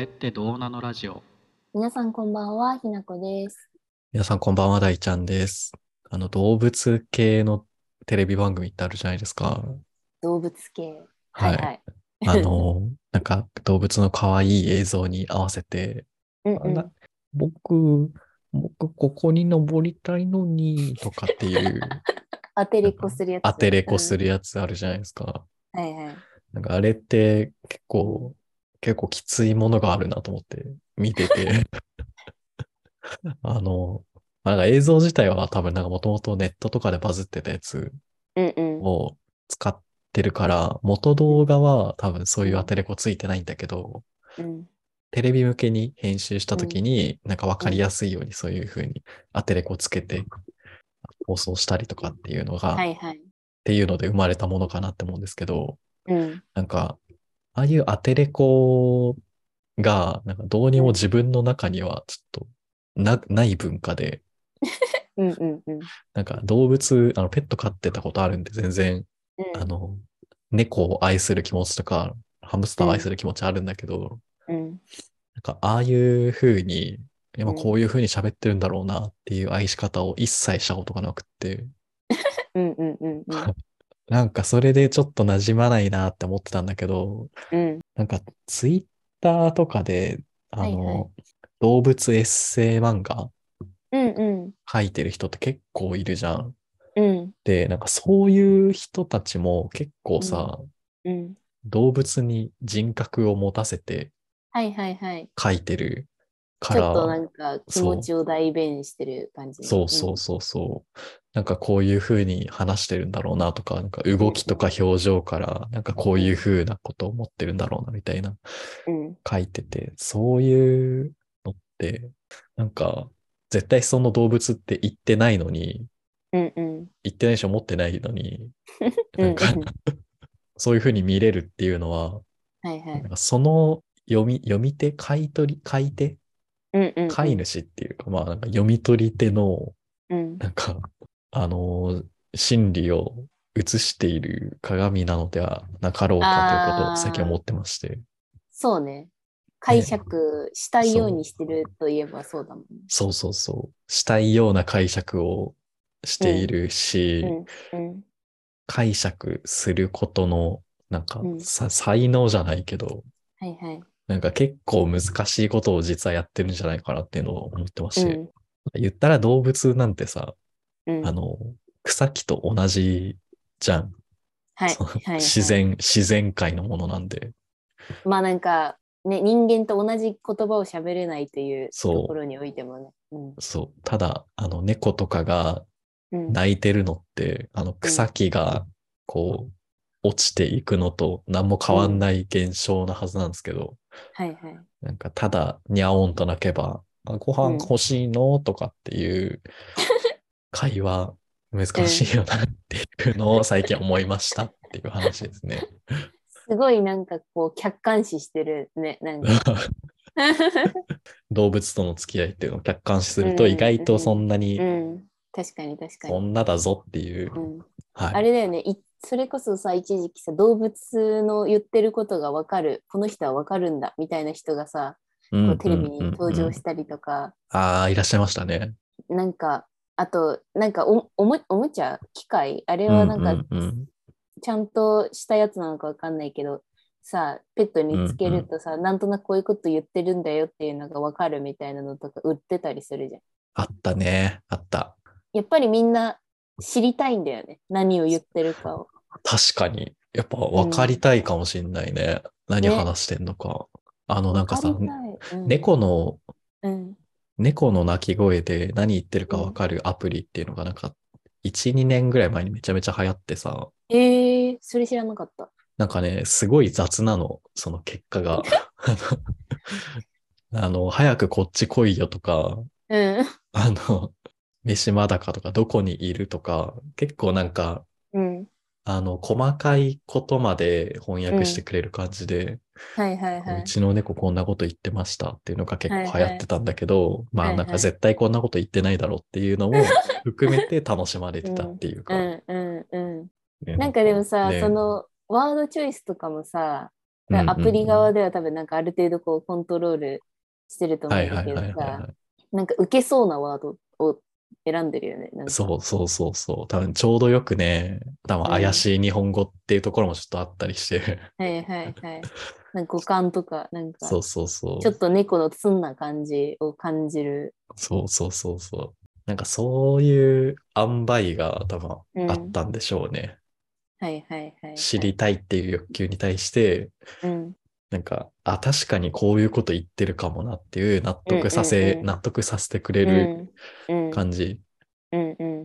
ってどうなのラジオ。皆さんこんばんは、ひなこです。皆さんこんばんは、大ちゃんです。あの、動物系のテレビ番組ってあるじゃないですか。動物系。はい。はい。あの、なんか動物の可愛い映像に合わせて、うんう。なん僕、僕ここに登りたいのに、とかっていう当てれっこするやつ。アテレコするやつあるじゃないですか。うん。はいはい。なんかあれって結構、結構きついものがあるなと思って見てて。あの、まあなんか映像自体は多分なんかもともとネットとかでバズってたやつうんうん。を使ってるから、元動画は多分そういうアテレコついてないんだけど、うん、テレビ向けに編集した時に、なんかわかりやすいようにそういう風にアテレコつけて放送したりとかっていうのが、はっいはい。ていうので生まれたものかなって思うんですけど、うん。なんか、ああいうアテレコが、なんかどうにも自分の中にはちょっとなない文化で、うんうんうん。なんか動物、あのペット飼ってたことあるんで全然うんあの、猫を愛する気持ちとか、ハムスターを愛する気持ちあるんだけど、うんなんか、ああいう風に、今うんこういう風に喋ってるんだろうなっていう愛し方を一切したことがなくって、うんうんうん なんかそれでちょっと馴染まないなって思ってたんだけど、うん。うんなんかツイッターとかで、あの、はいはい動物エッセイ漫画うん書いてる人って結構いるじゃん。うんで、なんかそういう人たちも結構さ、うん。動物に人格を持たせてはいはいはい。書いてるかちょっとなら、んか気持ちを代弁してる感じ。そうそうそうそう、なんかこういう風に話してるんだろうなとか、なんか動きとか表情から、なんかこういう風なことを思ってるんだろうなみたいなうん。うん。書いてて、そういうのって、なんか絶対その動物って言ってないのに、うんうん。言ってないし思ってないのに、うんうなんんかそういう風に見れるっていうのは、はいはなんい。かその読み、読み手、買い取り、買い手、うんうん。買い主っていうか、まあなんか読み取り手のうん。なんか、あのー心理を映している鏡なのではなかろうかということあーを最近思ってまして。そうね。解釈したいようにしてるといえばそうだもんね。そうそうそう。したいような解釈をしているし、うんうん。解釈することの、なんかうんさ、才能じゃないけど、はいはい。なんか結構難しいことを実はやってるんじゃないかなっていうのを思ってまして、うん言ったら動物なんてさ、うん、あの、草木と同じじゃん。はいそはのいはい、自然、自然界のものなんで。まあなんか、ね、人間と同じ言葉を喋れないというそうところにおいてもね。うんそう。ただ、あの、猫とかがうん、泣いてるのって、あの、草木が、こう、落ちていくのと何も変わんない現象なはずなんですけど、はいはい。なんか、ただ、にゃおんと泣けば、あごうん飯欲しいのとかっていう会話、難しいよなっていうのを最近思いましたっていう話ですね。 すごいなんかこう客観視してるね。なんか動物との付き合いっていうのを客観視すると意外とそん なうにん、確かに確かに。女だぞっていうう。ん、はいあれだよねいそれこそさ一時期さ動物の言ってることが分かるこの人は分かるんだみたいな人がさうんこうテレビに登うんうんう場んしたりとか、ああ、いらっしゃいましたね。なんかあとなんかおおもおもちゃ機械あれはなんかうんうんうんちゃんとしたやつなのかわかんないけどさペットにつけるとさ、なんとなくこういうこと言ってるんだよっていうのがわかるみたいなのとか売ってたりするじゃんあったね。あった。やっぱりみんな知りたいんだよね何を言ってるかを確かに。やっぱ分かりたいかもしんないね。何ね話してんのか。あの、なんかさわ、りたい、うん、猫の、うん猫の鳴き声で何言ってるか分かるアプリっていうのがなんか、1、2年ぐらい前にめちゃめちゃ流行ってさ、えー、それ知らなかったなんかね、すごい雑なの、その結果が。 あの、あの早くこっち来いよとか、うんあの、飯まだかとか、どこにいるとか、結構なんか、うんあの、細かいことまで翻訳してくれる感じで、はいはいはういちの猫こんなこと言ってましたっていうのが結構流行ってたんだけど、まはあいなんはかい絶対こんなこと言ってないだろうっていうの も含めて楽しまれてたっていううか。んうんうんねなんかでもさ、ねそのワードチョイスとかもさだからアプリ側で。では多分なんかある程度こうコントロールしてると思はうんいだはいけはいどはいはさ、なんか受けそうなワードを選んでるよね。なんい。かそうそうそうそう。多分ちょうどよくね、多分怪しい日本語っていうところもちょっとあった りして。はいはいはい。なんか五感とか、なんかちそょうそうそう。っと猫のツンな感じを感じる。そうそうそうそう。なんかそういう塩梅が多うん分あったんでしょうね。はいはいはい、はい。知りたいっていう欲求に対して、うん。なんか、あ、確かにこういうこと言ってるかもなっていう納得させ、うんうんうん納得させてくうれるん。うん。感じ。うんうん。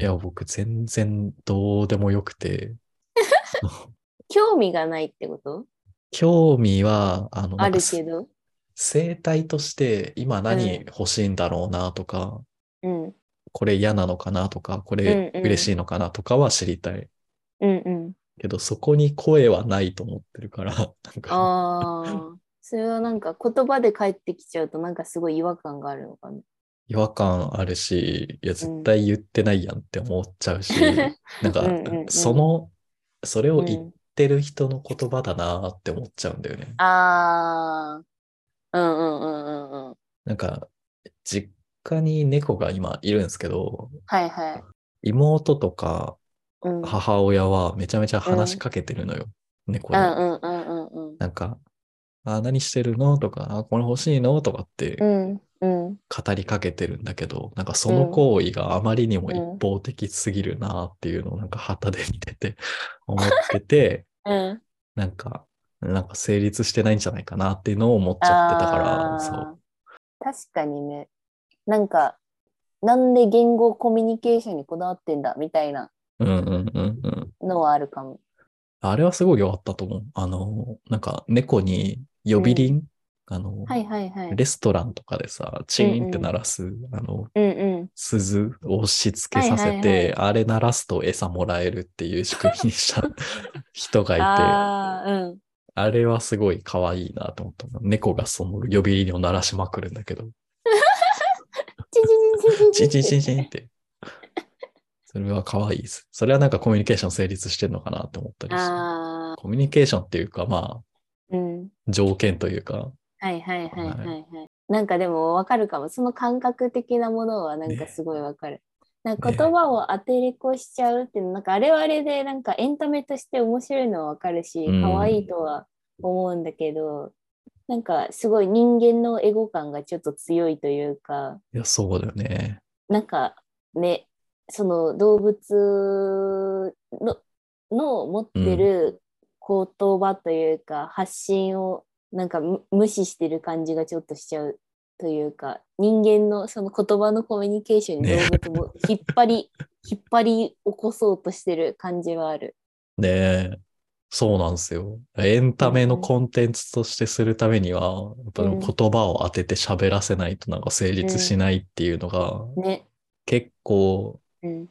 いや、僕全然どうでもよくて、興味がないってこと興味は、あの、なあんかるけど。生態として今何うん欲しいんだろうなとか、うん。うんこれ嫌なのかなとか、これうんうん嬉しいのかなとかは知りたい。 うん。けど、そこに声はないと思ってるから、なんか、ああ。それはなんか言葉で返ってきちゃうとなんかすごい違和感があるのかな。違和感あるし、いや、絶対言ってないやんって思っちゃ うし、なんかうんうんう、んその、それを言っうんてる人の言葉だなって思っちゃうんだよね。ああ。うんうんうんうんうん。なんか、実家に猫が今いるんですけど、はいはい。妹とかうん。母親はめちゃめちゃ話しかけてるのよ、猫うに。んうんうんうんうん。なんか、あ、何してるのとか、あ、これ欲しいのとかってうんうん。語りかけてるんだけど、なんかその行為があまりにも一方的すぎるなっていうのをなんか旗で見てて 思ってて、うん。なんか、なんか成立してないんじゃないかなっていうのを思っちゃってたから、そう。あー確かにねなんかなんで言語コミュニケーションにこだわってんだみたいなうんうんうんうん。のはあるかも。あれはすごい良かったと思う。あの、なんか猫に呼び鈴、あの、はいはいはい。レストランとかでさ、チーンって鳴らす、あの、うんうん。鈴を押し付けさせて、はいはいあれ鳴らすと餌もらえるっていう仕組みにした人がいて、ああ、うん。あれはすごい可愛いなと思った。猫がその呼び鈴を鳴らしまくるんだけど、チチチチチチンチンチンチンって。それは可愛いです。それはなんかコミュニケーション成立してるのかなって思ったりして。ああ、コミュニケーションっていうか、まあ、うん。条件というか、はいはいはいはいははい。なんかでもわかるかも。その感覚的なものはなんかすごいわかる。なんか言葉を当てれこしちゃうっていうの、なんかあれはあれでなんかエンタメとして面白いのはわかるし、うん可愛いとは思うんだけど、なんかすごい人間のエゴ感がちょっと強いというか、いや、そうだよね。なんかね、その動物のの持ってる言葉というか、発信をなんかむ無視してる感じがちょっとしちゃうというか人間のその言葉のコミュニケーションに動ね物も引っ張り、 引っ張り起こそうとしてる感じはある。ねえ、そうなんですよ。エンタメのコンテンツとしてするためには、やっぱうん言葉を当てて喋らせないとなんか成立しないっていうのが、ね。結構、うん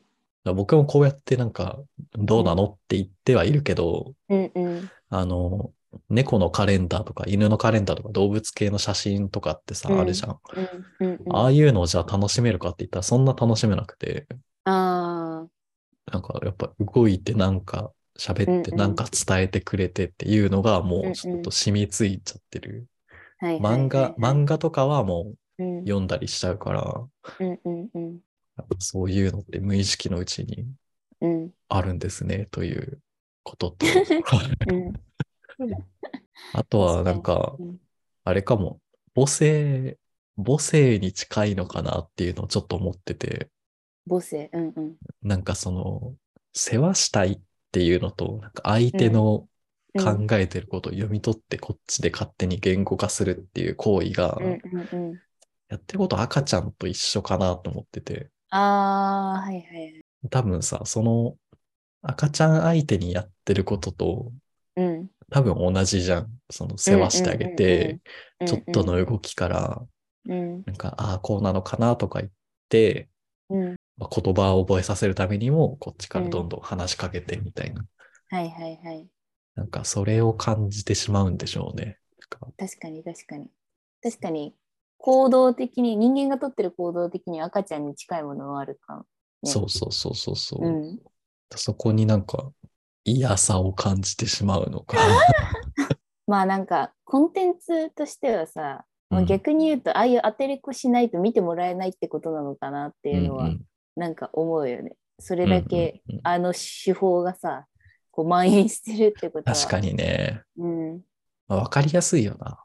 僕もこうやってなんか、どうなのって言ってはいるけど、うんうんあの、猫のカレンダーとか犬のカレンダーとか動物系の写真とかってさ、うんあるじゃん。うんうんうん、あああいうのをじゃあ楽しめるかって言ったらそんな楽しめなくて、あーなんかやっぱ動いてなんか喋っうんうてんなんか伝えてくれてっていうのがもうちょっと染みついちゃってる。はいはいはい漫はい画、漫画とかはもうんう読んだりしちゃうから、うんうんうんやっぱそういうのって無意識のうちにうんあるんですねというこ とと、うんあとはなんかうんあれかも、母性、母性に近いのかなっていうのをちょっと思ってて、母性うんうんなんかその世話したいっていうのと、なんか相手のうん考えてることを読み取ってこっちで勝手に言語化するっていう行為が、うんうんうんやってること赤ちゃんと一緒かなと思っててああ、はいはい。多分さその赤ちゃん相手にやってることとうん。多分同じじゃんその世話してあげて、うんちょっと。の動きからうんなんかああこうなのかなとか言って、うん。うんまあ言葉を覚えさせるためにもこっちからどんどん話しかけてみたいな、はいはいはい。なんかそれを感じてしまうんでしょうね。なんか確かに確かに。確かに、行動的に、人間がとってる行動的に赤ちゃんに近いものはあるかねそうそうそうそうそう。も。うん。 そこになんか嫌さを感じてしまうのか。まあなんかコンテンツとしてはさ、まあうん逆に言うとああいう当てれこしないと見てもらえないってことなのかなっていうのうんはうんなんか思うよね。それだけうんうんうんあの手法がさこう蔓延してるってことは。確かにね。うんまあ、わかりやすいよな。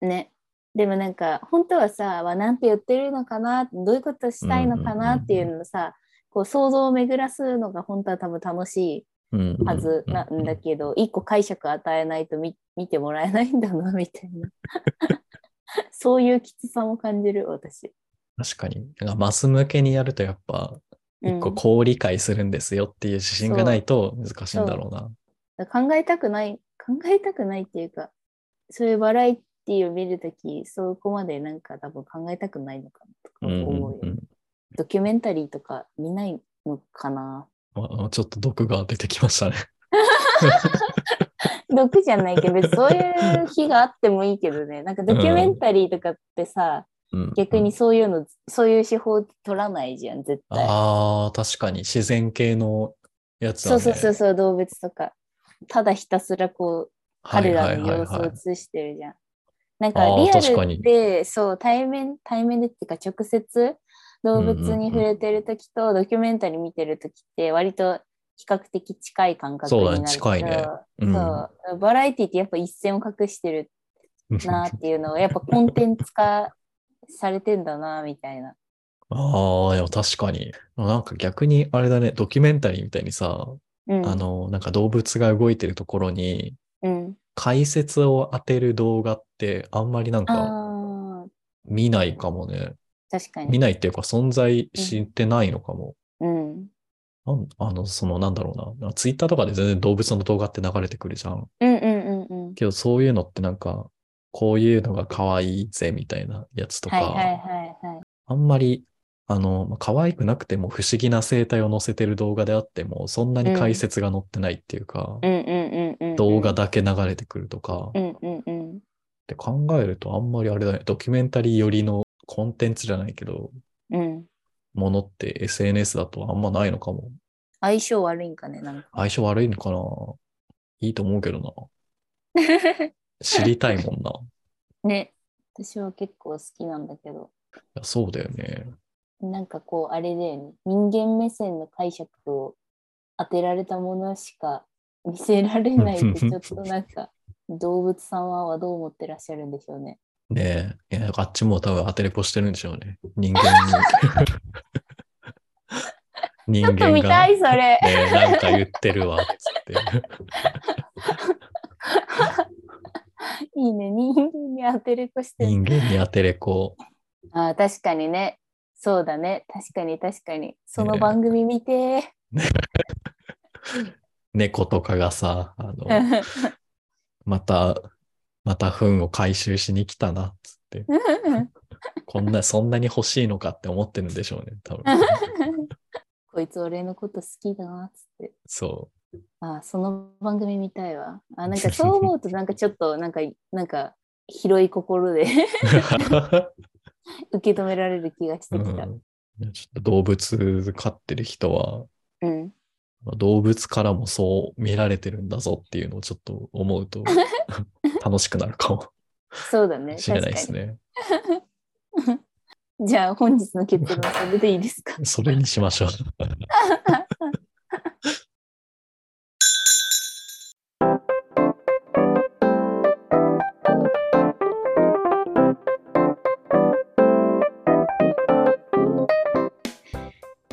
ね、でもなんか本当はさわなんて言ってるのかなどういうことしたいのかなっていうのをさこう想像を巡らすのが本当は多分楽しうんいはずなんだけど一個解釈与えないと見見てもらえないんだなみたいな そういうきつさも感じる私。確かに。なんかマス向けにやるとやっぱ、うん一個こう理解するんですよっていう自信がないと難しいんだろうな。考えたくない考えたくないっていうかそういうバラエティを見るときそこまでなんか多分考えたくないのかなとかうん思うよ、うんうんドキュメンタリーとか見ないのかなまあちょっと毒が出てきましたね。毒じゃないけど別にそういう日があってもいいけどねなんかドキュメンタリーとかってさ、逆に。そういうのそういう手法取らないじゃん絶対、ああ、確かに。自然系のやつそだうね。そうそうそう動物とかただひたすらこうはい彼はらいのはい様子はをい。映してるじゃん。なんあーかリ確アかルにでそう対面対面でっていうか直接動物に触れてる時とドキュメンタリー見てる時って割と比較的近い感覚にそうなだるねけど近いねうんそうバラエティってやっぱ一線を隠してる なっていうのをやっぱコンテンツ化されてんだなみたいな。ああ、でも確かに。なんか逆にあれだね、ドキュメンタリーみたいにさ、うん、あの、なんか動物が動いてるところにうん、解説を当てる動画ってあんまりなんかあー見ないかもね。確か見に。ないっていうか存在知ってないのかも。うんなんあの、そのなんだろうな。ツイッターとかで全然動物の動画って流れてくるじゃん。うんうんうんうん。けどそういうのってなんか、こういうのが可愛いぜみたいなやつとか、はいはいはいはい。あんまり、あの、まあ可愛くなくても不思議な生態を載せてる動画であっても、そんなに解説が載ってないっていうか、うんうんうんうんうん。動画だけ流れてくるとか、うっんうんうん。て考えるとあんまりあれだね、ドキュメンタリー寄りのコンテンツじゃないけど、うん。ものって SNS だとあんまないのかも。相性悪いんかね、なんか。 相性悪いのかないいと思うけどな。知りたいも んな。いね。私は結構好きなんだけど、やそうだよね。なんかこう、あれだよね。人間目線の解釈を当てられたものしか見せられないって、ちょっとなんか、動物さんはどう思ってらっしゃるんでしょうね。ねえ。いやあっちも多分当てれこしてるんでしょうね。人間に。人ちょっと間見がた。い、それ。ねえ、なんか言ってるわ、つって。いいね。人間に当てるこしてる。人間に当てれこ。ああ、確かにね。そうだね。確かに、確かに。そのね番組見て猫とかがさ、あー。の、また、また糞を回収しに来たな、つって。こんな、そんなに欲しいのかって思ってるんでしょうね、多分。こいつ俺のこと好きだなっつって。そあその番組見たいわ。あなんかそう思うとなんかちょっ となんかなんか広い心で う。受け止められる気 がしてうきん、た。いやちょっと動物飼ってる人は、うん。動物からもそう見られてるんだぞっていうのをちょっと思うと 楽しくなるかもそうだね。しれないです確かね。に。じゃあ本日の結論それでいいですかそれにしましょう。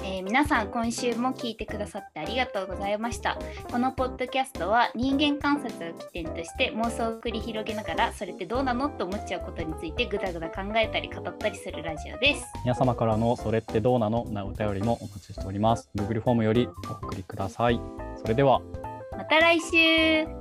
えー皆さん今週も聞いてくださってありがとうございましたこのポッドキャストは人間観察を起点として妄想を繰り広げながらそれってどうなのと思っちゃうことについてぐだぐだ考えたり語ったりするラジオです皆様からのそれってどうなのなお便りもお待ちしております。Google フォームよりお送りください。それでは。また来週